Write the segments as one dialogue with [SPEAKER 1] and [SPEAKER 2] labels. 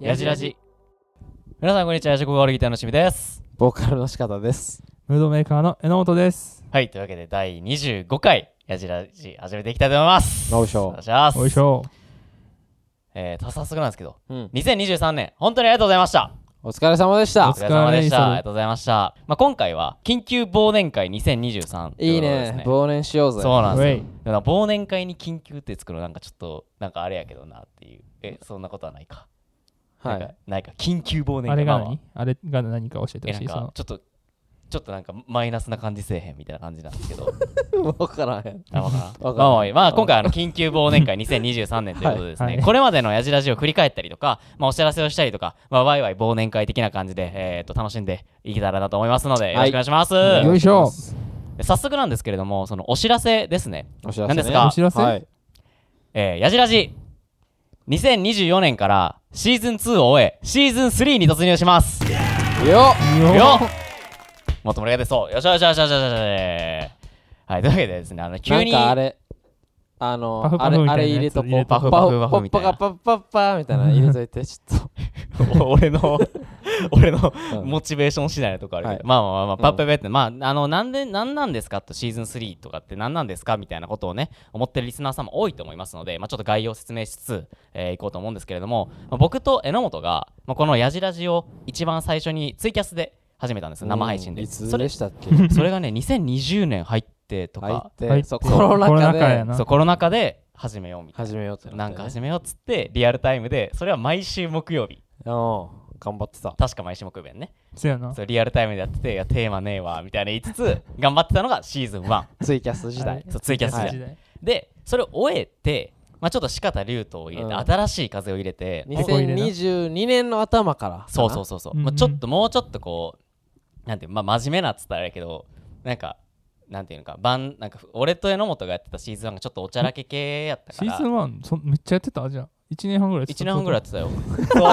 [SPEAKER 1] やじらじ。皆さん、こんにちは。ヤジコが悪ギターのしみです。
[SPEAKER 2] ボーカルの仕方です。
[SPEAKER 3] ムードメーカーの榎本です。
[SPEAKER 1] はい、というわけで、第25回、やじらじ、始めていきたいと思います。
[SPEAKER 2] よいしょ
[SPEAKER 1] お願いします。
[SPEAKER 3] おいしょ。
[SPEAKER 1] えーと、早速なんですけど、
[SPEAKER 2] うん。
[SPEAKER 1] 2023年、本当にありがとうございました。
[SPEAKER 2] お疲れ様でし
[SPEAKER 3] お
[SPEAKER 2] た
[SPEAKER 3] 疲。
[SPEAKER 1] お疲れ様でした。
[SPEAKER 3] お疲れ
[SPEAKER 1] ありがとうございました。まあ、今回は、緊急忘年会2023と
[SPEAKER 2] いいう
[SPEAKER 1] ことです
[SPEAKER 2] ね。忘年しようぜ。
[SPEAKER 1] そうなんですよ
[SPEAKER 3] ウェイ。
[SPEAKER 1] でもな忘年会に緊急ってつくのなんかちょっとなんかあれやけどなっていう。え、そんなことはないか。
[SPEAKER 2] は
[SPEAKER 1] なん
[SPEAKER 2] い
[SPEAKER 1] か。ないか。緊急忘年会
[SPEAKER 3] あれが
[SPEAKER 1] まあまあ
[SPEAKER 3] 何あれが何か教えて
[SPEAKER 1] えな
[SPEAKER 3] ほし
[SPEAKER 1] ん
[SPEAKER 3] い。そ
[SPEAKER 1] か
[SPEAKER 3] の
[SPEAKER 1] ちょっとちょっとなんかマイナスな感じせえへんみたいな感じなんですけど。
[SPEAKER 2] わからへ ん。
[SPEAKER 1] あわからん
[SPEAKER 2] わからん
[SPEAKER 1] まあまあいいまあ今回あの緊急忘年会2023年ということでですね、
[SPEAKER 3] はいはい
[SPEAKER 1] これまでのやじラジを振り返ったりとか、まあ、お知らせをしたりとか、まあ、ワイワイ忘年会的な感じで、えー、と楽しんでいけたらなと思いますのでよろしくお願いします、
[SPEAKER 3] いよいしょ
[SPEAKER 1] で早速なんですけれどもそのお知らせですね
[SPEAKER 2] お知らせね。
[SPEAKER 1] 何ですか
[SPEAKER 3] お知らせ
[SPEAKER 2] はい。
[SPEAKER 1] えー、やじらじ2024年からシーズン2を終えシーズン3に突入しますよ
[SPEAKER 2] よ
[SPEAKER 1] っもっと盛り上がってそうよしよしよしよしよしよしはいというわけでですねあの
[SPEAKER 2] な
[SPEAKER 1] 急
[SPEAKER 2] ん
[SPEAKER 1] に
[SPEAKER 2] かあれ。あの
[SPEAKER 3] パフ、
[SPEAKER 2] あ
[SPEAKER 3] パフ
[SPEAKER 2] れ
[SPEAKER 3] み
[SPEAKER 2] あ
[SPEAKER 3] たいな
[SPEAKER 2] れ入
[SPEAKER 3] やつ
[SPEAKER 2] れと
[SPEAKER 3] 入
[SPEAKER 2] こ
[SPEAKER 3] れ
[SPEAKER 2] う。
[SPEAKER 3] とこ
[SPEAKER 1] うパフパフみたいな
[SPEAKER 2] ポッパカパッパッパーみたいなの入れといて、ちょっと。
[SPEAKER 1] 俺の俺の
[SPEAKER 2] うん
[SPEAKER 1] モチベーション次第のとこあるけど、
[SPEAKER 2] はい
[SPEAKER 1] まあまあまあまあ
[SPEAKER 2] うん
[SPEAKER 1] パッペペって、まああのなんでなんなんですかとシーズン3とかって何なんですかみたいなことをね思ってるリスナーさんも多いと思いますので、まあ、ちょっと概要を説明しつつ、えーいこうと思うんですけれども、まあ僕と榎本が、まあ、このやじラジを一番最初にツイキャスで始めたんです生配信で
[SPEAKER 2] うんいつ
[SPEAKER 1] そ
[SPEAKER 2] で
[SPEAKER 1] れ
[SPEAKER 2] したっけ
[SPEAKER 1] それがね2020年入ってと
[SPEAKER 2] 入っ、
[SPEAKER 1] か
[SPEAKER 3] 入ってて
[SPEAKER 2] そうコロナ
[SPEAKER 3] コロ
[SPEAKER 2] 禍
[SPEAKER 3] ナ禍
[SPEAKER 2] で
[SPEAKER 3] やな
[SPEAKER 1] そうコロナ禍で始めようみたい
[SPEAKER 2] 始めようって
[SPEAKER 1] な
[SPEAKER 2] な
[SPEAKER 1] な
[SPEAKER 2] っ
[SPEAKER 1] ん
[SPEAKER 2] て
[SPEAKER 1] か
[SPEAKER 2] ね。
[SPEAKER 1] 始めようっつってリアルタイムでそれは毎週木曜日
[SPEAKER 2] うん。頑張ってた。
[SPEAKER 1] 確か毎週木曜日やんね
[SPEAKER 3] そうやな。
[SPEAKER 1] そうリアルタイムでやってていやテーマねえわみたいな言いつつ頑張ってたのがシーズン1
[SPEAKER 2] ツイキャス時
[SPEAKER 3] は
[SPEAKER 2] 代
[SPEAKER 3] い。
[SPEAKER 1] そうツイキャス時代、
[SPEAKER 2] は
[SPEAKER 1] でそれを終えて、まあ、ちょっと四方龍斗を入れて、
[SPEAKER 2] うん
[SPEAKER 1] 新しい風を入れて
[SPEAKER 3] こ入れな
[SPEAKER 2] 2022年の頭からかな。
[SPEAKER 1] そうそうそうそう、
[SPEAKER 3] うんうん
[SPEAKER 1] まあ、ちょっともうちょっとこうなんていうまあ真面目なっつったらあれやけどなんかなんていうのか晩なんか俺と榎本がやってたシーズン1がちょっとおちゃらけ系やった
[SPEAKER 3] シ
[SPEAKER 1] か
[SPEAKER 3] ー
[SPEAKER 1] ら
[SPEAKER 3] ズン1、そめっちゃやってたじゃん。1年半ぐらいやってた。
[SPEAKER 1] 1年半ぐらいやってたよ。 そうそうそうよ。そう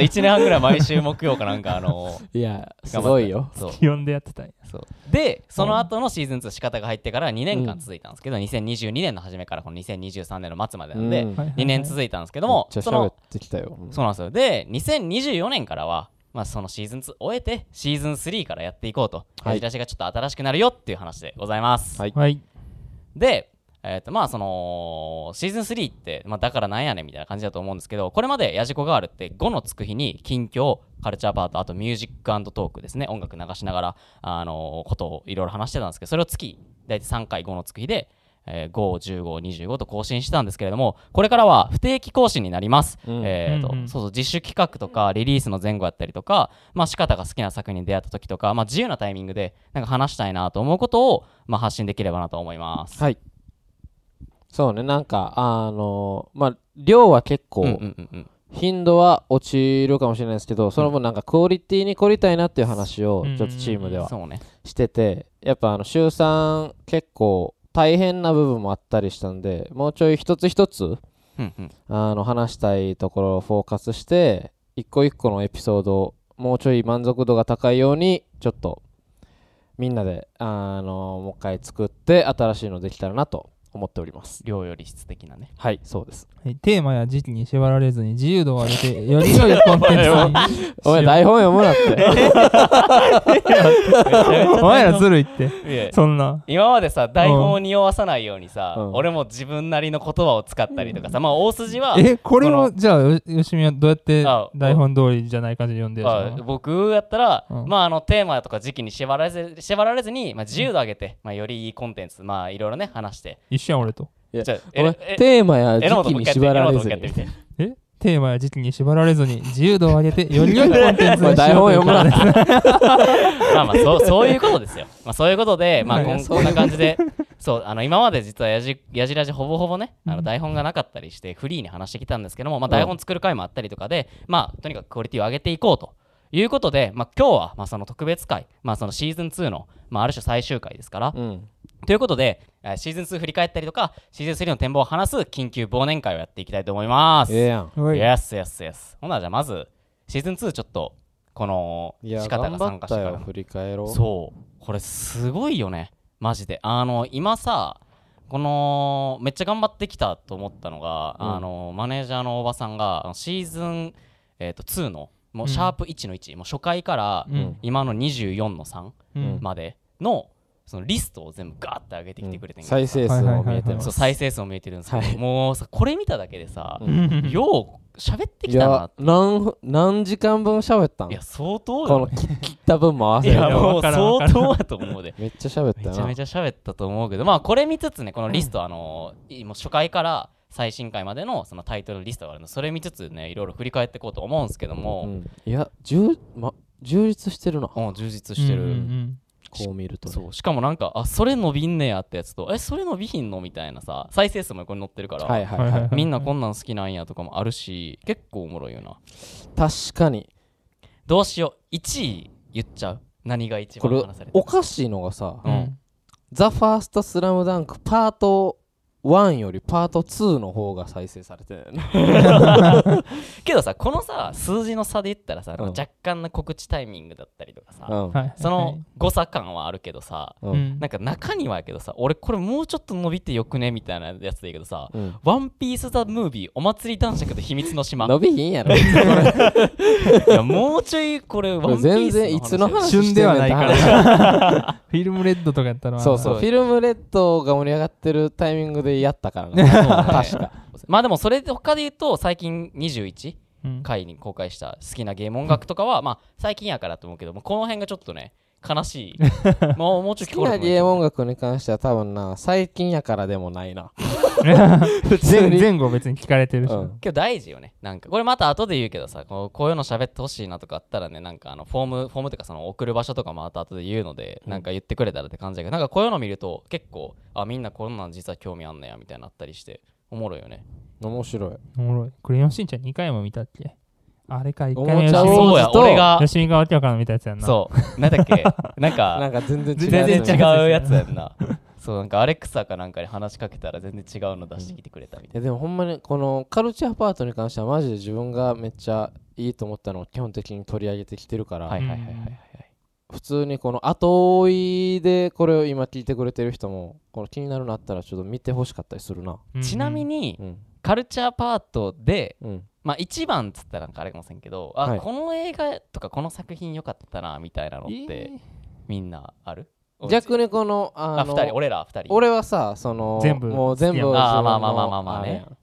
[SPEAKER 1] 1年半ぐらい毎週木曜かなんかあの
[SPEAKER 2] いや、すごいよ。
[SPEAKER 1] そう
[SPEAKER 3] 呼んでやってたんや。
[SPEAKER 1] そうでその後のシーズン2仕方が入ってから2年間続いたんですけど、2022年の初めからこの2023年の末までなんで、
[SPEAKER 2] うん
[SPEAKER 3] はいはいはい
[SPEAKER 1] 2年続いたんですけども、
[SPEAKER 2] めっち
[SPEAKER 1] そ
[SPEAKER 2] ゃ喋っ
[SPEAKER 1] の
[SPEAKER 2] てきたよ。うん
[SPEAKER 1] そうなんですよで2024年からは、まあ、そのシーズン2終えてシーズン3からやっていこうと
[SPEAKER 2] はい
[SPEAKER 1] やじらしがちょっと新しくなるよっていう話でございます、
[SPEAKER 2] はい
[SPEAKER 3] はい。
[SPEAKER 1] でえっとまあそのシーズン3って、まあ、だからなんやねんみたいな感じだと思うんですけどこれまでやじこガールって5のつく日に近況カルチャーパートあとミュージックトークですね音楽流しながらあのことをいろいろ話してたんですけどそれを月大体3回5のつく日で、えー、51525と更新してたんですけれどもこれからは不定期更新になります、
[SPEAKER 2] うん
[SPEAKER 1] えーと
[SPEAKER 3] うんうん
[SPEAKER 1] そうそう自主企画とかリリースの前後やったりとか、まあ、仕方が好きな作品に出会った時とか、まあ、自由なタイミングでなんか話したいなと思うことを、まあ、発信できればなと思います。
[SPEAKER 2] はい。そうね、なんか、あのまあ、量は結構、
[SPEAKER 1] うんうんうんうん
[SPEAKER 2] 頻度は落ちるかもしれないですけど、その分なんかクオリティに凝りたいなっていう話を
[SPEAKER 3] うん、
[SPEAKER 2] ちょっとチームでは
[SPEAKER 1] そうね。
[SPEAKER 2] してて、やっぱあの、週3結構大変な部分もあったりしたんで、もうちょい一つ一つ、
[SPEAKER 1] うんうん
[SPEAKER 2] あの、話したいところをフォーカスして、一個一個のエピソードをもうちょい満足度が高いように、ちょっと、みんなで、あのもう一回作って、新しいのできたらなと思っております。
[SPEAKER 1] 量より質的なね。
[SPEAKER 2] はい、そうです。
[SPEAKER 3] はいテーマや時期に縛られずに自由度を上げ て、より良いコンテンツに。
[SPEAKER 2] お前、台本読むなって。
[SPEAKER 3] お前らずるいって。そんな。
[SPEAKER 1] 今までさ台本を匂わさないようにさ、
[SPEAKER 2] うん
[SPEAKER 1] 俺も自分なりの言葉を使ったりとかさ、まあ大筋は
[SPEAKER 3] え、これを
[SPEAKER 1] そ
[SPEAKER 3] じゃあ、よよしみはどうやって
[SPEAKER 1] あ
[SPEAKER 3] 台本通りじゃない感じで読んでる
[SPEAKER 1] まあ
[SPEAKER 3] の
[SPEAKER 1] 僕やったら、
[SPEAKER 3] うん
[SPEAKER 1] まああのテーマとか時期に縛られず縛られずに、まあ、自由度上げて、まあ、よりいいコンテンツまあいろいろね話して
[SPEAKER 3] 一緒やん俺と。
[SPEAKER 2] いや
[SPEAKER 1] じゃあ
[SPEAKER 2] お前
[SPEAKER 1] え
[SPEAKER 2] テーマや
[SPEAKER 1] 榎
[SPEAKER 2] 時
[SPEAKER 1] 本
[SPEAKER 2] 期
[SPEAKER 1] もう
[SPEAKER 2] に
[SPEAKER 1] 一回
[SPEAKER 2] 縛ら
[SPEAKER 1] やって榎本
[SPEAKER 2] れ
[SPEAKER 1] も
[SPEAKER 2] ず
[SPEAKER 1] う一回やって
[SPEAKER 2] に
[SPEAKER 1] み。て
[SPEAKER 3] えテーマや時期に縛られずに自由度を上げてより良いコンテンツにしようという
[SPEAKER 2] 台本読むな
[SPEAKER 1] ま あまあそうそういうことですよ。まあそういうことで、まあ、こ
[SPEAKER 2] い
[SPEAKER 1] ん
[SPEAKER 2] や
[SPEAKER 1] こんな感じで、 そうあの今まで実はやじやじらじほぼほぼね、あの台本がなかったりしてフリーに話してきたんですけども、まあ、台本作る回もあったりとかで、まあとにかくクオリティを上げていこうと。いうことで、まあ、今日は、まあ、その特別回、まあ、そのシーズン2の、まあ、ある種最終回ですから、
[SPEAKER 2] うん。
[SPEAKER 1] ということで、えーシーズン2振り返ったりとか、シーズン3の展望を話す緊急忘年会をやっていきたいと思います。
[SPEAKER 2] ええやん。
[SPEAKER 3] おい
[SPEAKER 1] Yes, yes, yes. ほな、じゃあまず、シーズン2ちょっと、この、
[SPEAKER 2] いや、
[SPEAKER 1] 仕方
[SPEAKER 2] 頑
[SPEAKER 1] が
[SPEAKER 2] 張
[SPEAKER 1] 参
[SPEAKER 2] っ
[SPEAKER 1] 加して
[SPEAKER 2] た
[SPEAKER 1] から
[SPEAKER 2] よ
[SPEAKER 1] の、
[SPEAKER 2] 振り返ろう。
[SPEAKER 1] そうこれすごいよねマジであの今さこのめっちゃ頑張ってきたと思ったのが、
[SPEAKER 2] うん
[SPEAKER 1] あのマネージャーのおばさんがあのシーズン、えー、と2のもう
[SPEAKER 3] うん
[SPEAKER 1] シャープ1の1、もう初回から
[SPEAKER 3] うん
[SPEAKER 1] 今の24の3
[SPEAKER 3] うん
[SPEAKER 1] までのそのリストを全部ガーって上げてきてくれてんけどさ
[SPEAKER 2] 再生数も見えてま
[SPEAKER 1] そう
[SPEAKER 2] す。
[SPEAKER 1] 再生数も見えてるんですけど、
[SPEAKER 2] はい
[SPEAKER 1] もうさこれ見ただけでさ、
[SPEAKER 2] う
[SPEAKER 3] うん
[SPEAKER 1] よう喋って
[SPEAKER 2] い
[SPEAKER 1] きたなっ
[SPEAKER 2] や
[SPEAKER 1] て
[SPEAKER 2] 何分何時間分喋ったん
[SPEAKER 1] いや相当
[SPEAKER 2] この
[SPEAKER 1] よ
[SPEAKER 2] 切切った分も合わ
[SPEAKER 1] い
[SPEAKER 2] せる
[SPEAKER 1] やも
[SPEAKER 3] わ
[SPEAKER 1] う
[SPEAKER 3] からんわか
[SPEAKER 1] 相
[SPEAKER 3] らん
[SPEAKER 1] 当だと思うで
[SPEAKER 2] めっちゃ喋っ
[SPEAKER 1] め
[SPEAKER 2] た
[SPEAKER 1] ちゃ
[SPEAKER 2] よ
[SPEAKER 1] め
[SPEAKER 2] な
[SPEAKER 1] ちゃ喋ったと思うけどまあこれ見つつねこのリスト、あのいもう初回から最新回までのそのタイトルリストがあるのそれ見つつねいろいろ振り返っていこうと思うんですけど
[SPEAKER 2] う
[SPEAKER 1] も、
[SPEAKER 2] んいや充,、ま、充実してるなこ
[SPEAKER 1] うん充実してる、
[SPEAKER 3] うんうん
[SPEAKER 2] う見るとね
[SPEAKER 1] そうしかもなんかあそれ伸びんねやってやつとえそれ伸びひんのみたいなさ再生数もこれ載ってるから、
[SPEAKER 2] はいはいはい
[SPEAKER 1] みんなこんなん好きなんやとかもあるし結構おもろいよな
[SPEAKER 2] 確かに
[SPEAKER 1] どうしよう1位言っちゃう何が一
[SPEAKER 2] こ
[SPEAKER 1] 番
[SPEAKER 2] れ
[SPEAKER 1] 話されて
[SPEAKER 2] お
[SPEAKER 1] る
[SPEAKER 2] かしいのがさ
[SPEAKER 1] う
[SPEAKER 3] うんん
[SPEAKER 2] 「ザ・ファーストスラムダンクパート1よりパート2の方が再生されてるね
[SPEAKER 1] けどさこのさ数字の差で言ったらさ、
[SPEAKER 2] うん
[SPEAKER 1] 若干の告知タイミングだったりとかさ、
[SPEAKER 2] うん
[SPEAKER 3] はい
[SPEAKER 1] その誤差感はあるけどさ、
[SPEAKER 2] う
[SPEAKER 3] うんん
[SPEAKER 1] なんか中にはやけどさ俺これもうちょっと伸びてよくねみたいなやつでいいけどさ
[SPEAKER 2] うん
[SPEAKER 1] 「ワンピースザムービーお祭り男爵と秘密 の島」
[SPEAKER 2] 伸びひんやろ
[SPEAKER 1] いやもうちょいこれワンピースの
[SPEAKER 2] 全然いつの話
[SPEAKER 3] 旬
[SPEAKER 2] して
[SPEAKER 3] で
[SPEAKER 2] んねん
[SPEAKER 3] は
[SPEAKER 2] っ
[SPEAKER 3] な
[SPEAKER 2] て
[SPEAKER 3] いから
[SPEAKER 2] 話
[SPEAKER 3] フィルムレッドとかやったら
[SPEAKER 2] そうそう
[SPEAKER 1] はい
[SPEAKER 2] フィルムレッドが盛り上がってるタイミングでやったからな確か
[SPEAKER 1] まあでもそれで他で言うと最近21
[SPEAKER 3] うん
[SPEAKER 1] 回に公開した好きなゲーム音楽とかはまあ最近やからと思うけどもうこの辺がちょっとね悲し いもうもうちょ
[SPEAKER 2] 好
[SPEAKER 1] い
[SPEAKER 2] きなゲーム音楽に関しては多分な最近やからでもないな普通
[SPEAKER 3] 前
[SPEAKER 2] に、
[SPEAKER 3] 前後別に聞かれてるし
[SPEAKER 2] うん、
[SPEAKER 1] 今日大事よねなんかこれまた後で言うけどさこうこういうの喋ってほしいなとかあったらねなんかあのフォームフォームというかその送る場所とかもまた後で言うので、
[SPEAKER 2] うん
[SPEAKER 1] なんか言ってくれたらって感じだけどなんかこういうの見ると結構あみんなこんなん実は興味あんねやみたいになったりしておもろいよね
[SPEAKER 2] 面白い
[SPEAKER 3] おもろいクレヨンしんちゃん2回も見たっけあれか1
[SPEAKER 2] お
[SPEAKER 3] 回
[SPEAKER 2] もち
[SPEAKER 3] 目
[SPEAKER 2] ゃ王
[SPEAKER 1] そう
[SPEAKER 2] 子
[SPEAKER 1] や
[SPEAKER 2] と
[SPEAKER 1] 俺が
[SPEAKER 3] 吉見がわけわからん見たやつやんな
[SPEAKER 1] そうなんだっけなん
[SPEAKER 2] な
[SPEAKER 1] か
[SPEAKER 2] んか全然違う
[SPEAKER 1] 全然
[SPEAKER 2] いや
[SPEAKER 1] 違うやつやんなそうなんかアレクサかなんかに話しかけたら全然違うの出してきてくれたみたい
[SPEAKER 2] でもほんまにこのカルチャーパートに関してはマジで自分がめっちゃいいと思ったのを基本的に取り上げてきてるから、
[SPEAKER 1] な、はいはいはいはいはい
[SPEAKER 2] 普通にこの後追いでこれを今聞いてくれてる人もこの気になるなったらちょっと見てほしかったりするな
[SPEAKER 3] うん
[SPEAKER 1] ちなみに
[SPEAKER 2] うん
[SPEAKER 1] カルチャーパートで
[SPEAKER 2] うん
[SPEAKER 1] まあ一番っつったらなんかあれかもしれんけど、あ、
[SPEAKER 2] はい
[SPEAKER 1] この映画とかこの作品良かったなみたいなのっ
[SPEAKER 3] え
[SPEAKER 1] て
[SPEAKER 3] ー
[SPEAKER 1] みんなある
[SPEAKER 2] 逆にこのあ
[SPEAKER 1] あ
[SPEAKER 2] の
[SPEAKER 1] 二人俺ら二人
[SPEAKER 2] 俺はさその
[SPEAKER 3] 全部
[SPEAKER 2] もう全部
[SPEAKER 3] 好きや
[SPEAKER 1] な
[SPEAKER 2] 自分の
[SPEAKER 1] あーまあまあまあまあまあね
[SPEAKER 2] れやん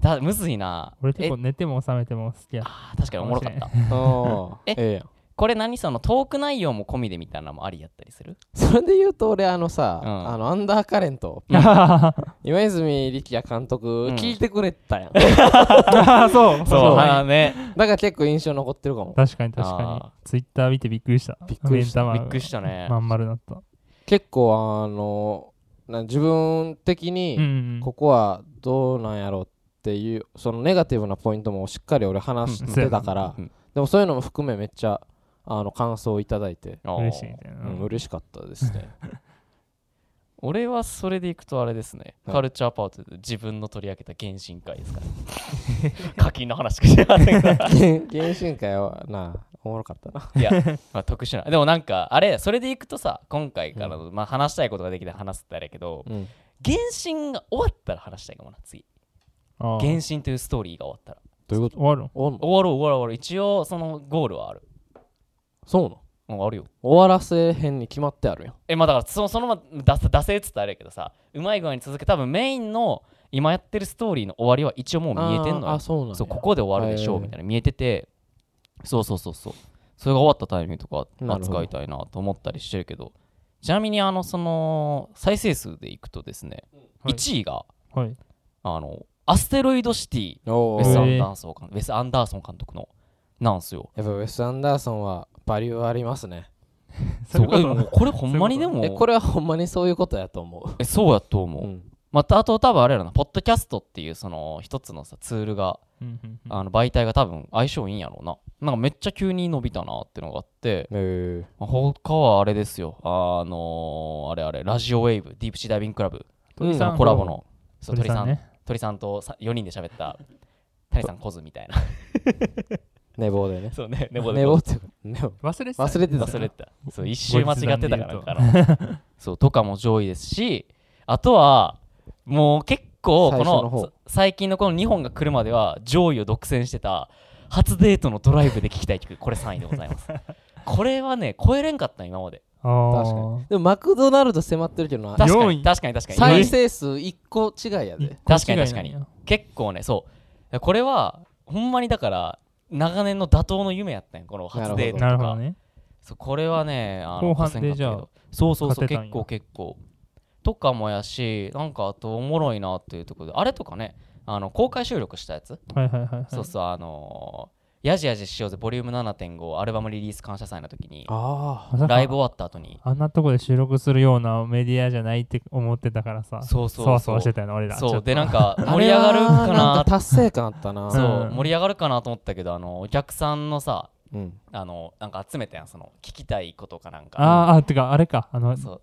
[SPEAKER 1] だむずいな
[SPEAKER 3] 俺結構
[SPEAKER 1] え
[SPEAKER 3] 寝ても覚めても好きや
[SPEAKER 1] あー確かにおもろかった
[SPEAKER 2] おー
[SPEAKER 1] え
[SPEAKER 2] ええやん
[SPEAKER 1] これ何そのトーク内容も込みでみたいなのもありやったりする
[SPEAKER 2] それで言うと俺あのさ、
[SPEAKER 1] うん
[SPEAKER 2] あのアンダーカレン ト
[SPEAKER 3] あ
[SPEAKER 2] 今泉力也監督、
[SPEAKER 1] ん
[SPEAKER 2] 聞いてくれた やん
[SPEAKER 3] あそう
[SPEAKER 1] そう
[SPEAKER 3] はい
[SPEAKER 1] あーね
[SPEAKER 2] だから結構印象残ってるかも
[SPEAKER 3] 確かに確
[SPEAKER 1] あ
[SPEAKER 3] かにツイッター見てびっくりした
[SPEAKER 2] びっくりした
[SPEAKER 1] びっくりしたね
[SPEAKER 3] まん丸だった
[SPEAKER 2] 結構あのな自分的
[SPEAKER 3] うんう
[SPEAKER 2] に
[SPEAKER 3] ん
[SPEAKER 2] ここはどうなんやろうっていうそのネガティブなポイントもしっかり俺話してたから、
[SPEAKER 1] うん
[SPEAKER 2] でもそういうのも含めめっちゃあの感想をいただいて、
[SPEAKER 1] あー
[SPEAKER 3] 嬉しいみたいな
[SPEAKER 2] うん嬉しかったです ね
[SPEAKER 1] 俺はそれでいくとあれですね、
[SPEAKER 2] はい
[SPEAKER 1] カルチャーパートで自分の取り上げた原神会ですから 課金の話しかしてませんから
[SPEAKER 2] 原神会はなおもろかったない
[SPEAKER 1] や、まあ、特殊なでもなんかあれそれでいくとさ今回からの、まあ、話したいことができて話すってあれやけど
[SPEAKER 2] うん
[SPEAKER 1] 原神が終わったら話したいかもな次
[SPEAKER 3] あー
[SPEAKER 1] 原神というストーリーが終わったら
[SPEAKER 2] どういうこと
[SPEAKER 3] 終わるの
[SPEAKER 2] おんの
[SPEAKER 1] 終わろう終わろう終わろう一応そのゴールはある
[SPEAKER 2] そうなの
[SPEAKER 1] うんあるよ
[SPEAKER 2] 終わらせへんに決まってあるやん
[SPEAKER 1] えまあだからそそのまま出せ出せっつったらあれやけどさうまい具合に続け多分メインの今やってるストーリーの終わりは一応もう見えて
[SPEAKER 2] あー
[SPEAKER 1] んのよ
[SPEAKER 2] あそうなんや
[SPEAKER 1] そうここで終わるでしょ
[SPEAKER 2] へ
[SPEAKER 1] う
[SPEAKER 2] ー
[SPEAKER 1] みたいな見えててそうそうそうそうそれが終わったタイミングとか
[SPEAKER 2] なるほど
[SPEAKER 1] 扱いたいなと思ったりしてるけどちなみにあのその再生数でいくとですね、
[SPEAKER 3] はい
[SPEAKER 1] 1位が
[SPEAKER 3] はい
[SPEAKER 1] あのアステロイドシティウ
[SPEAKER 2] お
[SPEAKER 1] ェス・ア
[SPEAKER 2] ー
[SPEAKER 1] ンダーソン監ウェス・アンダーソン監督のなんすよ
[SPEAKER 2] やっぱウェス・アンダーソンはバリューありますね
[SPEAKER 1] そう
[SPEAKER 3] そ
[SPEAKER 1] え
[SPEAKER 3] ういうこ
[SPEAKER 1] も
[SPEAKER 3] と
[SPEAKER 1] うこれほんまに
[SPEAKER 3] そ
[SPEAKER 1] で
[SPEAKER 3] ういうこ
[SPEAKER 1] も
[SPEAKER 2] えこれはほんまにそういうことやと思う
[SPEAKER 1] えそうやと思う、
[SPEAKER 2] うん
[SPEAKER 1] またあと多分あれやろなポッドキャストっていうその一つのさツールが、
[SPEAKER 3] うんうんうん
[SPEAKER 1] あの媒体が多分相性いいんやろうななんかめっちゃ急に伸びたなってのがあって
[SPEAKER 2] へ
[SPEAKER 1] まあ他はあれですよあのーあれあれラジオウェーブディープシーダイビングクラブ
[SPEAKER 3] 鳥さん
[SPEAKER 2] うん
[SPEAKER 1] コラボのそう
[SPEAKER 3] 鳥
[SPEAKER 1] 鳥
[SPEAKER 3] さ
[SPEAKER 1] さ
[SPEAKER 3] ん
[SPEAKER 1] ん
[SPEAKER 3] ね
[SPEAKER 1] 鳥さんとさ4人で喋った谷さんコズみたいな
[SPEAKER 2] ー寝坊でね
[SPEAKER 1] そう ね寝坊
[SPEAKER 2] 寝坊って寝 坊
[SPEAKER 3] 忘れてた
[SPEAKER 2] 忘れてた
[SPEAKER 1] 忘れてたそう一周間違ってたからかなそうとかも上位ですしあとはもう結構こ
[SPEAKER 2] 最初の
[SPEAKER 1] の
[SPEAKER 2] 方
[SPEAKER 1] さ最近のこの2本が来るまでは上位を独占してた初デートのドライブで聞きたい曲これ3位でございますこれはね超えれんかった今まで
[SPEAKER 3] あ
[SPEAKER 2] 確か
[SPEAKER 3] ー
[SPEAKER 2] にでもマクドナルド迫ってるけどな
[SPEAKER 1] 確か
[SPEAKER 3] 四
[SPEAKER 1] に
[SPEAKER 3] 位
[SPEAKER 1] 確かに確かに
[SPEAKER 2] 再生数1個違いやで
[SPEAKER 1] 確かに
[SPEAKER 3] こっ
[SPEAKER 1] 確
[SPEAKER 3] ちが
[SPEAKER 1] か
[SPEAKER 3] いい
[SPEAKER 1] に
[SPEAKER 3] な
[SPEAKER 1] 結構ねそうこれはほんまにだから長年の妥当の夢やったんやこの初デートと
[SPEAKER 3] な
[SPEAKER 1] か
[SPEAKER 3] るほどね
[SPEAKER 1] そうこれはねあ
[SPEAKER 3] 後半で
[SPEAKER 1] 勝てんかったけど
[SPEAKER 3] じゃあ
[SPEAKER 1] そうそうそう
[SPEAKER 3] 勝てたんや
[SPEAKER 1] 結構結構とかもやしなんかあとおもろいなっていうところであれとかねあの公開収録したやつ、
[SPEAKER 3] はいはいはいはい
[SPEAKER 1] そうそうあのーやじやじしようぜボリューム7.5アルバムリリース感謝祭の時に
[SPEAKER 2] あ
[SPEAKER 3] まさか
[SPEAKER 1] ライブ終わった後に
[SPEAKER 3] あんなとこで収録するようなメディアじゃないって思ってたからさ
[SPEAKER 1] そうそうそう
[SPEAKER 3] そわそわしてたよね俺らち
[SPEAKER 1] そ
[SPEAKER 3] ょっ
[SPEAKER 1] う
[SPEAKER 3] と
[SPEAKER 1] でなんか盛り上が
[SPEAKER 2] あ
[SPEAKER 1] るか
[SPEAKER 2] れはなん
[SPEAKER 1] な
[SPEAKER 2] か達成感あったな
[SPEAKER 1] そう
[SPEAKER 3] うん
[SPEAKER 1] 盛り上がるかなと思ったけどあのお客さんのさ
[SPEAKER 2] うん
[SPEAKER 1] あのなんか集めたやんその聞きたいことかなんか
[SPEAKER 3] あーあてかあれかあの
[SPEAKER 1] そう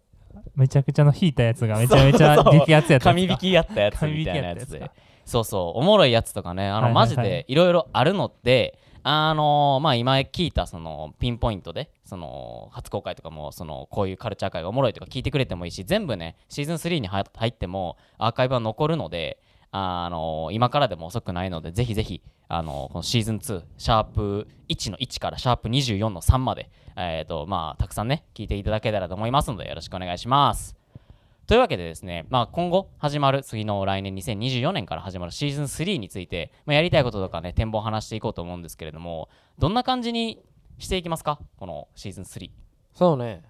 [SPEAKER 3] めちゃくちゃの引いたやつがめちゃめちゃ
[SPEAKER 1] そうそう
[SPEAKER 3] 激アツやったやつか
[SPEAKER 1] 紙引きやったやつみたいなやつ
[SPEAKER 3] 紙引きやったやつ
[SPEAKER 1] で
[SPEAKER 3] か
[SPEAKER 1] そうそうおもろいやつとかねあ
[SPEAKER 3] はいはいは
[SPEAKER 1] の
[SPEAKER 3] い
[SPEAKER 1] マジでいろいろあるのってあのまあ今聞いたそのピンポイントでその初公開とかもそのこういうカルチャー会がおもろいとか聞いてくれてもいいし全部ねシーズン3に入入ってもアーカイブは残るのであの今からでも遅くないのでぜひぜひあのこのシーズン2シャープ1の1からシャープ24の3までえっ、とまあたくさんね聞いていただけたらと思いますのでよろしくお願いしますというわけでですね、まあ、今後始まる次の来年2024年から始まるシーズン3について、まあ、やりたいこととかね展望を話していこうと思うんですけれどもどんな感じにしていきますかこのシーズン3
[SPEAKER 2] そうね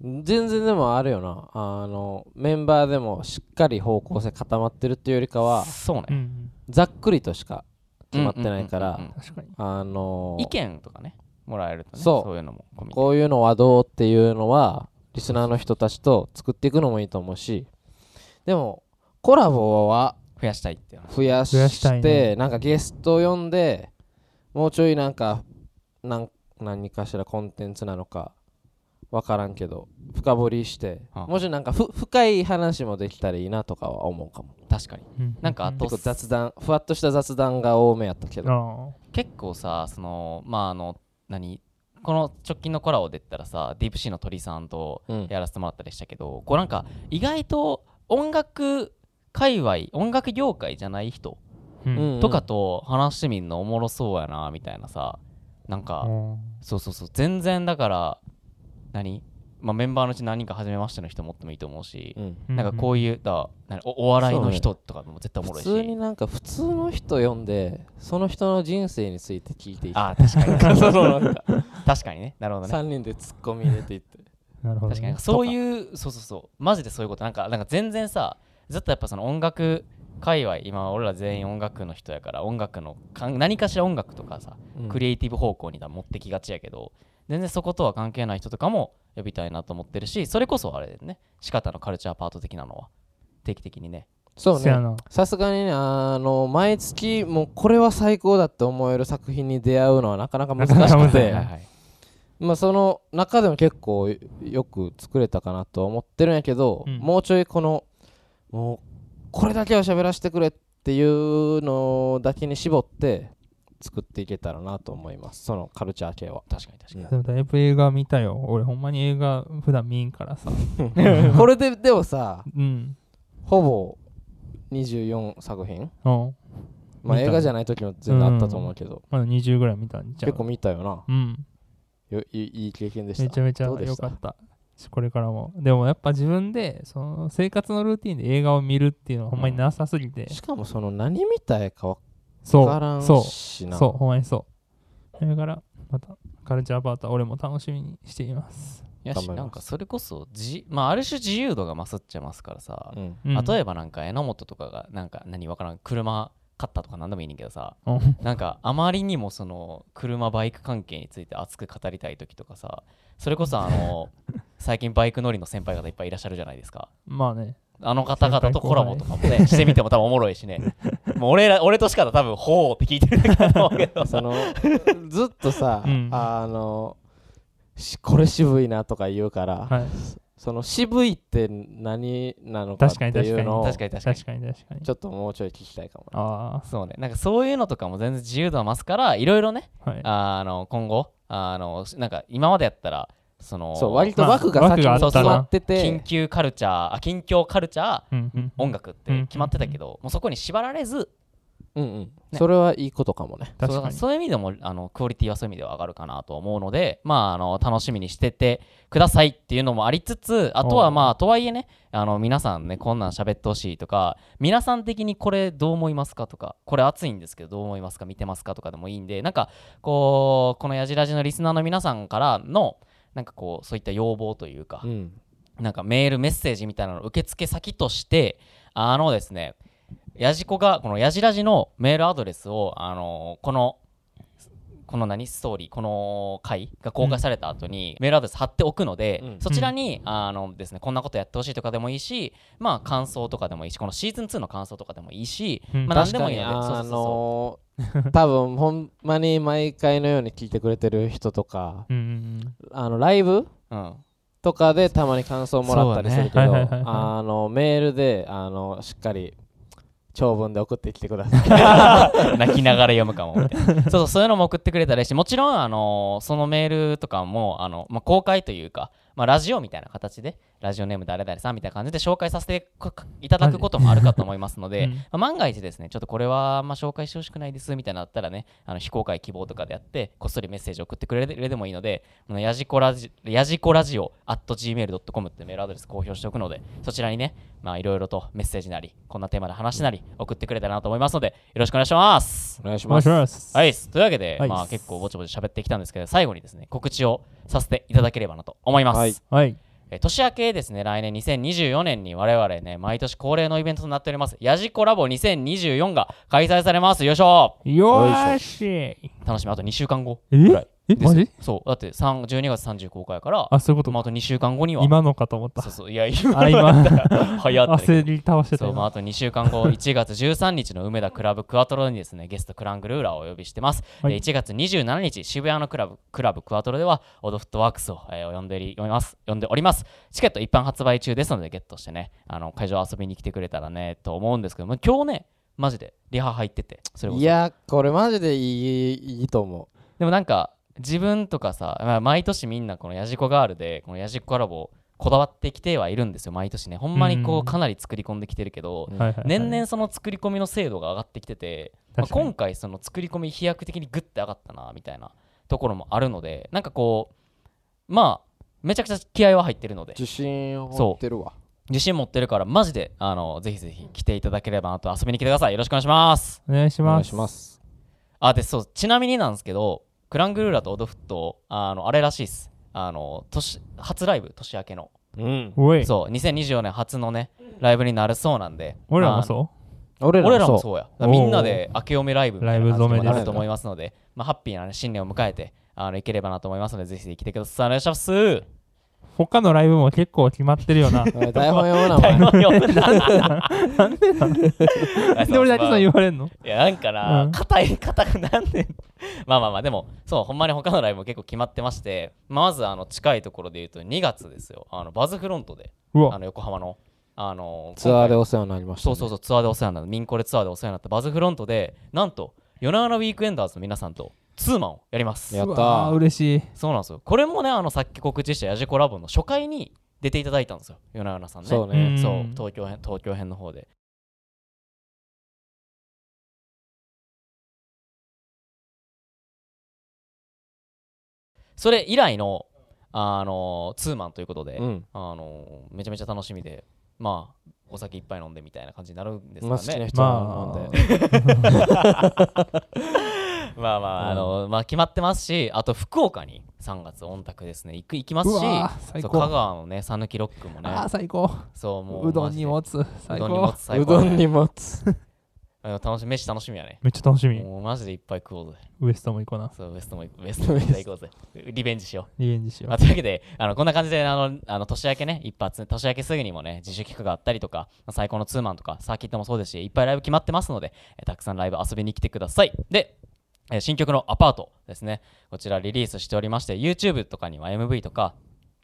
[SPEAKER 2] 全然でもあるよなあのメンバーでもしっかり方向性固まってるっていうよりかは
[SPEAKER 1] そう
[SPEAKER 3] うん
[SPEAKER 1] ね
[SPEAKER 2] ざっくりとしか決まってないか
[SPEAKER 1] うんうんうん
[SPEAKER 2] ら
[SPEAKER 1] うん
[SPEAKER 3] 確かに
[SPEAKER 2] あの
[SPEAKER 1] 意見とかねもらえるとね
[SPEAKER 2] そ
[SPEAKER 1] そうういうのも込み
[SPEAKER 2] こういうのはどうっていうのはリスナーの人たちと作っていくのもいいと思うしでもコラボは
[SPEAKER 1] 増やしたいっていう話
[SPEAKER 2] 増やして
[SPEAKER 3] 増やしたいね
[SPEAKER 2] なんかゲストを呼んでもうちょいなんかなん何かしらコンテンツなのか分からんけど深掘りして
[SPEAKER 1] はあ
[SPEAKER 2] もしなんかふ深い話もできたらいいなとかは思うかも
[SPEAKER 1] 確かに
[SPEAKER 3] うん
[SPEAKER 1] なんかあと
[SPEAKER 2] 結構雑談ふわっとした雑談が多めやったけど
[SPEAKER 3] あ
[SPEAKER 1] 結構さそのまああの何この直近のコラボで言ったらさディープシーの鳥さんと
[SPEAKER 2] うん
[SPEAKER 1] やらせてもらったりしたけど、こうなんか意外と音楽界隈音楽業界じゃない人
[SPEAKER 3] ーうん
[SPEAKER 2] うん
[SPEAKER 1] とかと話してみんのおもろそうやなみたいなさなんか、
[SPEAKER 3] うん
[SPEAKER 1] そうそうそう全然だから何、まあ、メンバーのうち何人か初めましての人持ってもいいと思うし
[SPEAKER 2] う、ん
[SPEAKER 1] なんかこういうだ何おお笑いの人とかも絶対おも
[SPEAKER 2] 普
[SPEAKER 1] ろい
[SPEAKER 2] 通
[SPEAKER 1] し
[SPEAKER 2] に。なんか普通の人呼んでその人の人生について聞いてい
[SPEAKER 1] あー確か に
[SPEAKER 2] そうそうなんか
[SPEAKER 1] 確かにねなるほどね
[SPEAKER 2] 3人でツッコミ入れていって
[SPEAKER 3] なるほど
[SPEAKER 1] 確か
[SPEAKER 3] ね
[SPEAKER 1] にそういうそうそうそうマジでそういうことなんかなんか全然さずっとやっぱその音楽界隈今俺ら全員音楽の人やから音楽のかん何かしら音楽とかさクリエイティブ方向にだ持ってきがちやけど全然そことは関係ない人とかも呼びたいなと思ってるしそれこそあれだよね仕方のカルチャーパート的なのは定期的にね
[SPEAKER 2] そう
[SPEAKER 3] せ
[SPEAKER 2] ね
[SPEAKER 3] やな
[SPEAKER 2] さすがにねあの毎月もうこれは最高だって思える作品に出会うのはなかなか難し
[SPEAKER 3] なかな
[SPEAKER 2] く
[SPEAKER 3] か
[SPEAKER 2] て
[SPEAKER 3] ええ
[SPEAKER 1] はいはい
[SPEAKER 2] まあその中でも結構よく作れたかなとは思ってるんやけど、
[SPEAKER 3] うん
[SPEAKER 2] もうちょいこのもうこれだけは喋らせてくれっていうのだけに絞って作っていけたらなと思いますそのカルチャー系は
[SPEAKER 1] 確かに確かに
[SPEAKER 3] でもだいぶ映画見たよ俺ほんまに映画普段見んからさ
[SPEAKER 2] これで でもさ
[SPEAKER 3] うん
[SPEAKER 2] ほぼ24作品
[SPEAKER 3] うん
[SPEAKER 2] まあ
[SPEAKER 3] 見た
[SPEAKER 2] 映画じゃない時も全然あったと思うけど、
[SPEAKER 3] まだ20ぐらい見たんじゃん
[SPEAKER 2] 結構見たよな
[SPEAKER 3] うん
[SPEAKER 2] よいいいい経験でした
[SPEAKER 3] めちゃめちゃ
[SPEAKER 2] どうで
[SPEAKER 3] 良
[SPEAKER 2] した
[SPEAKER 3] かったこれからもでもやっぱ自分でその生活のルーティンで映画を見るっていうのはほんまになさすぎて、
[SPEAKER 2] しかもその何みたいか
[SPEAKER 3] そ
[SPEAKER 2] 分から
[SPEAKER 3] うんそ
[SPEAKER 2] し
[SPEAKER 3] う
[SPEAKER 2] な
[SPEAKER 3] そうほんまにそうだからまたカルチャーパートは俺も楽しみにしています、
[SPEAKER 1] いや
[SPEAKER 2] 頑張り
[SPEAKER 1] し
[SPEAKER 2] ます
[SPEAKER 1] なんかそれこそじ、まあ、ある種自由度が勝っちゃいますからさ、
[SPEAKER 2] うん
[SPEAKER 3] うん、
[SPEAKER 1] 例え
[SPEAKER 3] え
[SPEAKER 1] ばなんか榎本とかがなんか何わからん車買ったとか何でもいいねんけどさ
[SPEAKER 3] ば、うん
[SPEAKER 1] なんかあまりにもその車バイク関係について熱く語りたい時とかさそれこそあの最近バイク乗りの先輩方いっぱいいらっしゃるじゃないですか
[SPEAKER 3] まあね
[SPEAKER 1] あの方々とコラボとかもねしてみても多分おもろいしねもう俺ら俺としか多分ほうって聞いてるだけだと思うけど
[SPEAKER 2] そのずっとさ、
[SPEAKER 3] うん
[SPEAKER 2] あのしこれ渋いなとか言うから、
[SPEAKER 3] はい
[SPEAKER 2] その渋いって何なのかっていうのを
[SPEAKER 1] 確
[SPEAKER 2] ち
[SPEAKER 1] かに確かに
[SPEAKER 3] 確かに確かに
[SPEAKER 2] ょっともうちょい聞きたいかもな
[SPEAKER 3] あ
[SPEAKER 1] そうねなんかそういうのとかも全然自由度は増すからいろいろね
[SPEAKER 3] あはい
[SPEAKER 1] あの今後あのなんか今までやったらその
[SPEAKER 2] そう割と枠
[SPEAKER 3] ま
[SPEAKER 2] が
[SPEAKER 3] あ
[SPEAKER 2] 先に
[SPEAKER 3] 枠があった
[SPEAKER 2] 決
[SPEAKER 3] な
[SPEAKER 2] まってて、
[SPEAKER 1] 緊急カルチャーあ近況カルチャー
[SPEAKER 3] うんうん
[SPEAKER 1] 音楽って決まってたけど、もうそこに縛られず
[SPEAKER 2] うんうんそれはいいことかもね
[SPEAKER 3] 確
[SPEAKER 1] そ
[SPEAKER 3] か
[SPEAKER 1] う
[SPEAKER 3] に
[SPEAKER 1] そういう意味でもあのクオリティはそういう意味では上がるかなと思うので、まあ、あの楽しみにしててくださいっていうのもありつつあと
[SPEAKER 3] お
[SPEAKER 1] は
[SPEAKER 3] う
[SPEAKER 1] まあとはいえねあの皆さんねこんなん喋ってほしいとか皆さん的にこれどう思いますかとかこれ熱いんですけどどう思いますか見てますかとかでもいいんでなんかこうこのやじらじのリスナーの皆さんからのなんかこうそういった要望というか
[SPEAKER 2] う、ん
[SPEAKER 1] なんかメールメッセージみたいなの受付先としてあのですねやじこがこのやじらじのメールアドレスをあのこのこの何ストーリーこの回が公開された後にメールアドレス貼っておくので、
[SPEAKER 2] うん
[SPEAKER 1] そちらにあのですねこんなことやってほしいとかでもいいしまあ感想とかでもいいしこのシーズン2の感想とかでもいいし、
[SPEAKER 3] うん
[SPEAKER 1] まあ
[SPEAKER 2] 確
[SPEAKER 1] 何でも
[SPEAKER 2] か
[SPEAKER 1] いい
[SPEAKER 2] に
[SPEAKER 1] のでそうそ
[SPEAKER 2] あ
[SPEAKER 1] うそ
[SPEAKER 2] のー多分ほんまに毎回のように聞いてくれてる人とか
[SPEAKER 3] うんうん
[SPEAKER 2] あのライブ
[SPEAKER 1] ううん
[SPEAKER 2] とかでたまに感想もらったりするけど、
[SPEAKER 3] そうだねはいはいはいは
[SPEAKER 2] あのメールであのしっかり長文で送ってきてください
[SPEAKER 1] 泣きながら読む かもみたいなそうそうそういうのも送ってくれたりしてもちろんあのそのメールとかもあの、まあ、公開というか、まあ、ラジオみたいな形でラジオネーム誰々さんみたいな感じで紹介させてこいただくこともあるかと思いますので、
[SPEAKER 3] うん
[SPEAKER 1] まあ万が一ですねちょっとこれはあんま紹介してほしくないですみたいなのあったらねあの非公開希望とかでやってこっそりメッセージ送ってくれるでもいいのでこのやじこラジやじこラジオ at gmail.com ってメールアドレス公表しておくのでそちらにねまあいろいろとメッセージなりこんなテーマで話なり送ってくれたらなと思いますのでよろしくお願いします。
[SPEAKER 2] お願いし
[SPEAKER 3] お願
[SPEAKER 2] ま
[SPEAKER 3] いし
[SPEAKER 2] す
[SPEAKER 3] ます
[SPEAKER 1] はいっす、というわけで、
[SPEAKER 3] はいっす
[SPEAKER 1] まあ結構ぼちぼち喋ってきたんですけど、最後にですね、告知をさせていただければなと思います。
[SPEAKER 2] はい
[SPEAKER 3] はい
[SPEAKER 1] えー年明けですね、来年2024年に我々ね、毎年恒例のイベントとなっております、ヤジコラボ2024が開催されます。よいしょ
[SPEAKER 3] よーしえ
[SPEAKER 1] 楽しみ、あと2週間後ぐらい
[SPEAKER 3] え
[SPEAKER 1] ですよ
[SPEAKER 3] マジ
[SPEAKER 1] そう、だって3 12月30公開やから、
[SPEAKER 3] あそういうこと
[SPEAKER 1] まあ、あと2週間後には、
[SPEAKER 3] 今のかと思った
[SPEAKER 1] そうそう、いや、今
[SPEAKER 3] あ今
[SPEAKER 1] だったら早かったね
[SPEAKER 3] 焦り倒してた
[SPEAKER 1] そう、
[SPEAKER 3] よ
[SPEAKER 1] まあ、あと2週間後、1月13日の梅田クラブクワトロにですね、ゲストクラングルーラーをお呼びしてます。
[SPEAKER 3] は
[SPEAKER 1] で
[SPEAKER 3] い
[SPEAKER 1] 1月27日、渋谷のクラブクラブクワトロでは、オドフットワークスを、えー呼んでおります呼んでおります。チケット一般発売中ですので、ゲットしてね、あの会場遊びに来てくれたらね、と思うんですけども、今日ね、マジでリハ入ってて、それこそ
[SPEAKER 2] いやこれマジでいいいいと思
[SPEAKER 1] でもなんか自分とかさ、まあ、毎年みんなこのやじこガールでこのやじこコラボこだわってきてはいるんですよ毎年ねほんまにこ
[SPEAKER 3] うん
[SPEAKER 1] うかなり作り込んできてるけど、
[SPEAKER 3] はいはいはい
[SPEAKER 1] 年々その作り込みの精度が上がってきてて、まあ
[SPEAKER 3] 確かに
[SPEAKER 1] 今回その作り込み飛躍的にグッて上がったなみたいなところもあるのでなんかこうまあめちゃくちゃ気合は入ってるの
[SPEAKER 2] う
[SPEAKER 1] で
[SPEAKER 2] 自信を持ってるわ
[SPEAKER 1] 自信持ってるからマジであのぜひぜひ来ていただければなと遊びに来てくださいよろしくお願いします
[SPEAKER 3] お願いし
[SPEAKER 2] お願
[SPEAKER 3] ま
[SPEAKER 2] い
[SPEAKER 3] す
[SPEAKER 2] します
[SPEAKER 1] あでそうちなみになんですけどクラングルーラとオドフットあのあれらしいっすあの年初ライブ年明けの
[SPEAKER 2] うん
[SPEAKER 3] おい
[SPEAKER 1] そう2024年初のねライブになるそうなんで
[SPEAKER 3] 俺ら
[SPEAKER 1] ま
[SPEAKER 3] も
[SPEAKER 1] あ
[SPEAKER 3] そ
[SPEAKER 2] 俺
[SPEAKER 1] 俺
[SPEAKER 2] ら
[SPEAKER 1] ら
[SPEAKER 2] も
[SPEAKER 1] も
[SPEAKER 2] そう
[SPEAKER 1] そうやだ
[SPEAKER 3] お
[SPEAKER 1] か
[SPEAKER 3] う
[SPEAKER 1] らみんなで明けおめライブみたいな感じ
[SPEAKER 3] ライブ
[SPEAKER 1] に
[SPEAKER 3] 染め
[SPEAKER 1] な
[SPEAKER 2] です
[SPEAKER 1] ると思いますので、まあ、ハッピーな、ね、新年を迎えてあのいければなと思いますのでぜひぜひ来てくださいお願いします
[SPEAKER 3] う他のライブも結構決まって るよな
[SPEAKER 2] おい台本読むなお
[SPEAKER 1] 台
[SPEAKER 2] 前
[SPEAKER 1] 本読んだなん
[SPEAKER 3] で俺だけそう言われんの
[SPEAKER 1] いやなんかな、
[SPEAKER 3] うん
[SPEAKER 1] 硬い硬くなんでまあまあまあでもそうほんまに他のライブも結構決まってましてまずあの近いところで言うと2月ですよあのバズフロントで
[SPEAKER 3] う
[SPEAKER 1] あ
[SPEAKER 3] わ
[SPEAKER 1] の横浜のあの
[SPEAKER 2] ツアーで
[SPEAKER 1] 今回
[SPEAKER 2] お世話になりました
[SPEAKER 1] そ
[SPEAKER 2] ね
[SPEAKER 1] うそうそうツアーでお世話になったミンコレツアーでお世話になったバズフロントでなんと夜な夜なウィークエンダーズの皆さんとツーマンをやります
[SPEAKER 2] やったー
[SPEAKER 3] うわー嬉しい
[SPEAKER 1] そうなんですよこれもねあのさっき告知したヤジコラボの初回に出ていただいたんですよ夜な夜なさんね
[SPEAKER 2] そうね
[SPEAKER 3] ん
[SPEAKER 1] そう東京編東京編の方でそれ以来のあのツーマンということで、
[SPEAKER 2] うん
[SPEAKER 1] あのめちゃめちゃ楽しみでまあお酒いっぱい飲んでみたいな感じになるんです
[SPEAKER 2] ま
[SPEAKER 1] か
[SPEAKER 2] あ好きな
[SPEAKER 1] ね、
[SPEAKER 2] 人
[SPEAKER 3] ま
[SPEAKER 2] は飲ん
[SPEAKER 3] あ
[SPEAKER 2] で
[SPEAKER 1] まあまあ、あのまあ決まってますしあと福岡に3月オンタクですね行く行きますし
[SPEAKER 3] うわー最
[SPEAKER 1] そう
[SPEAKER 3] 高
[SPEAKER 1] 香川のね讃岐ロックもね
[SPEAKER 3] あー最高
[SPEAKER 1] そうもう
[SPEAKER 3] うどんに
[SPEAKER 1] マ
[SPEAKER 3] 持つ
[SPEAKER 1] ジで
[SPEAKER 3] 最
[SPEAKER 1] うどんにも
[SPEAKER 3] 高
[SPEAKER 1] つ最
[SPEAKER 2] う
[SPEAKER 1] 高
[SPEAKER 2] ど
[SPEAKER 1] だね
[SPEAKER 2] んに持つ
[SPEAKER 1] あの楽しみ飯楽しみやね
[SPEAKER 3] めっちゃ楽しみ
[SPEAKER 1] もうマジでいっぱい食おうぜ
[SPEAKER 3] ウエストも行こうな
[SPEAKER 1] そう、ウエストも行ウエストも行こうぜ。リベンジしよう。
[SPEAKER 3] リベンジしよ
[SPEAKER 1] まあ、というわけで、あのこんな感じであのあの年明けね、一発、年明けすぐにもね、自主企画があったりとか、まあ最高のツーマンとか、サーキットもそうですし、いっぱいライブ決まってますので、えーたくさんライブ遊びに来てください。で、えー新曲のアパートですね、こちらリリースしておりまして、YouTube とかには MV とか、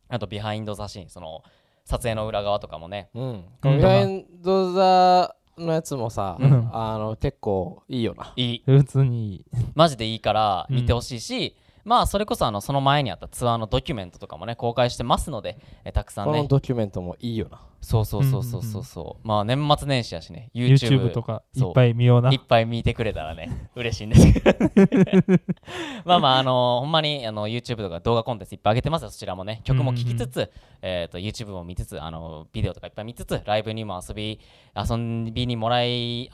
[SPEAKER 1] あとビハインドザシーン、その撮影の裏側とかもね、
[SPEAKER 2] うん
[SPEAKER 3] うん
[SPEAKER 2] グラインドザのやつもさ
[SPEAKER 3] うん
[SPEAKER 2] あの結構いいよない
[SPEAKER 1] いう
[SPEAKER 3] 普通にいい
[SPEAKER 1] マジでいいから
[SPEAKER 3] うん
[SPEAKER 1] 見てほしいし、まあそれこそあのその前にあったツアーのドキュメントとかもね公開してますので、えーたくさん
[SPEAKER 2] この
[SPEAKER 1] ね
[SPEAKER 2] ドキュメントもいいよな
[SPEAKER 1] そうそうそうそうそうそう、まあ年末年始やしね
[SPEAKER 3] YouTube
[SPEAKER 1] YouTube
[SPEAKER 3] とかい
[SPEAKER 1] そう
[SPEAKER 3] っぱい見ようない
[SPEAKER 1] っ。ぱい見てくれたらね 嬉しいんですけど、ね、 まあまああのほんまにあの YouTube とか動画コンテンツいっぱい上げてますよそちらもね曲も聴きつつ、えー、と YouTube も見つつあのビデオとかいっぱい見つつライブにも遊び遊びにもらい遊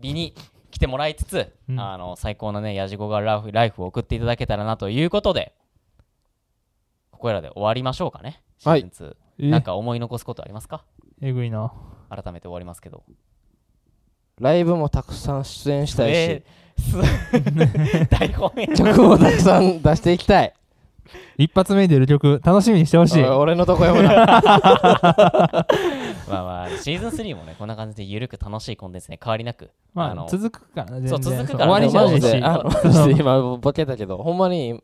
[SPEAKER 1] びに来てもらいつつ、
[SPEAKER 3] うん
[SPEAKER 1] あの最高のねやじごがライフライフを送っていただけたらなということでここらで終わりましょうかねシ
[SPEAKER 2] はい
[SPEAKER 1] ーズン2、
[SPEAKER 3] え
[SPEAKER 1] なんか思い残すことありますか
[SPEAKER 3] えぐいな。
[SPEAKER 1] 改めて終わりますけど
[SPEAKER 2] ライブもたくさん出演したいし、
[SPEAKER 1] えーす 台本や
[SPEAKER 2] 曲もたくさん出していきたい
[SPEAKER 3] 一発目に出る曲、楽しみにしてほしい。
[SPEAKER 2] おい俺のとこ読むな
[SPEAKER 1] まあまあシーズン3もねこんな感じでゆるく楽しいコンテンツね変わりなく
[SPEAKER 3] ま
[SPEAKER 1] あ
[SPEAKER 3] あ
[SPEAKER 1] の、
[SPEAKER 3] 続くからね。
[SPEAKER 1] そう
[SPEAKER 3] 全然
[SPEAKER 1] 続くから
[SPEAKER 3] そう終わりじゃ
[SPEAKER 2] で
[SPEAKER 3] な
[SPEAKER 2] あ
[SPEAKER 3] いし。
[SPEAKER 2] のマジで今ボケたけどほんまに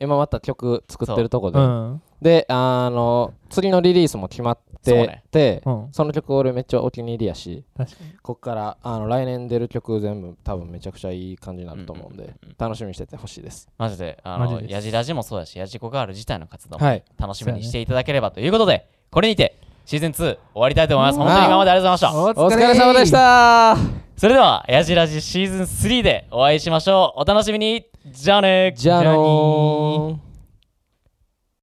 [SPEAKER 2] 今また曲作ってるとこで、
[SPEAKER 3] うん。
[SPEAKER 2] であの次のリリースも決まって
[SPEAKER 1] そうね
[SPEAKER 2] て
[SPEAKER 3] うん。
[SPEAKER 2] その曲俺めっちゃお気に入りやし
[SPEAKER 3] 確かに。
[SPEAKER 2] こっからあの来年出る曲全部多分めちゃくちゃいい感じになると思うんで、
[SPEAKER 1] うんうんうんうん
[SPEAKER 2] 楽しみにしててほしいです
[SPEAKER 1] マジであ
[SPEAKER 3] マ
[SPEAKER 1] の
[SPEAKER 3] ジです
[SPEAKER 1] やじラジもそうだしやじこガール自体の活動も
[SPEAKER 2] はい
[SPEAKER 1] 楽しみにしていただければということで、これにてシーズン2終わりたいと思います本当に今までありがとうございました
[SPEAKER 2] お疲れ様でした
[SPEAKER 1] それではやじラジシーズン3でお会いしましょうお楽しみにじゃあね
[SPEAKER 2] じゃあのー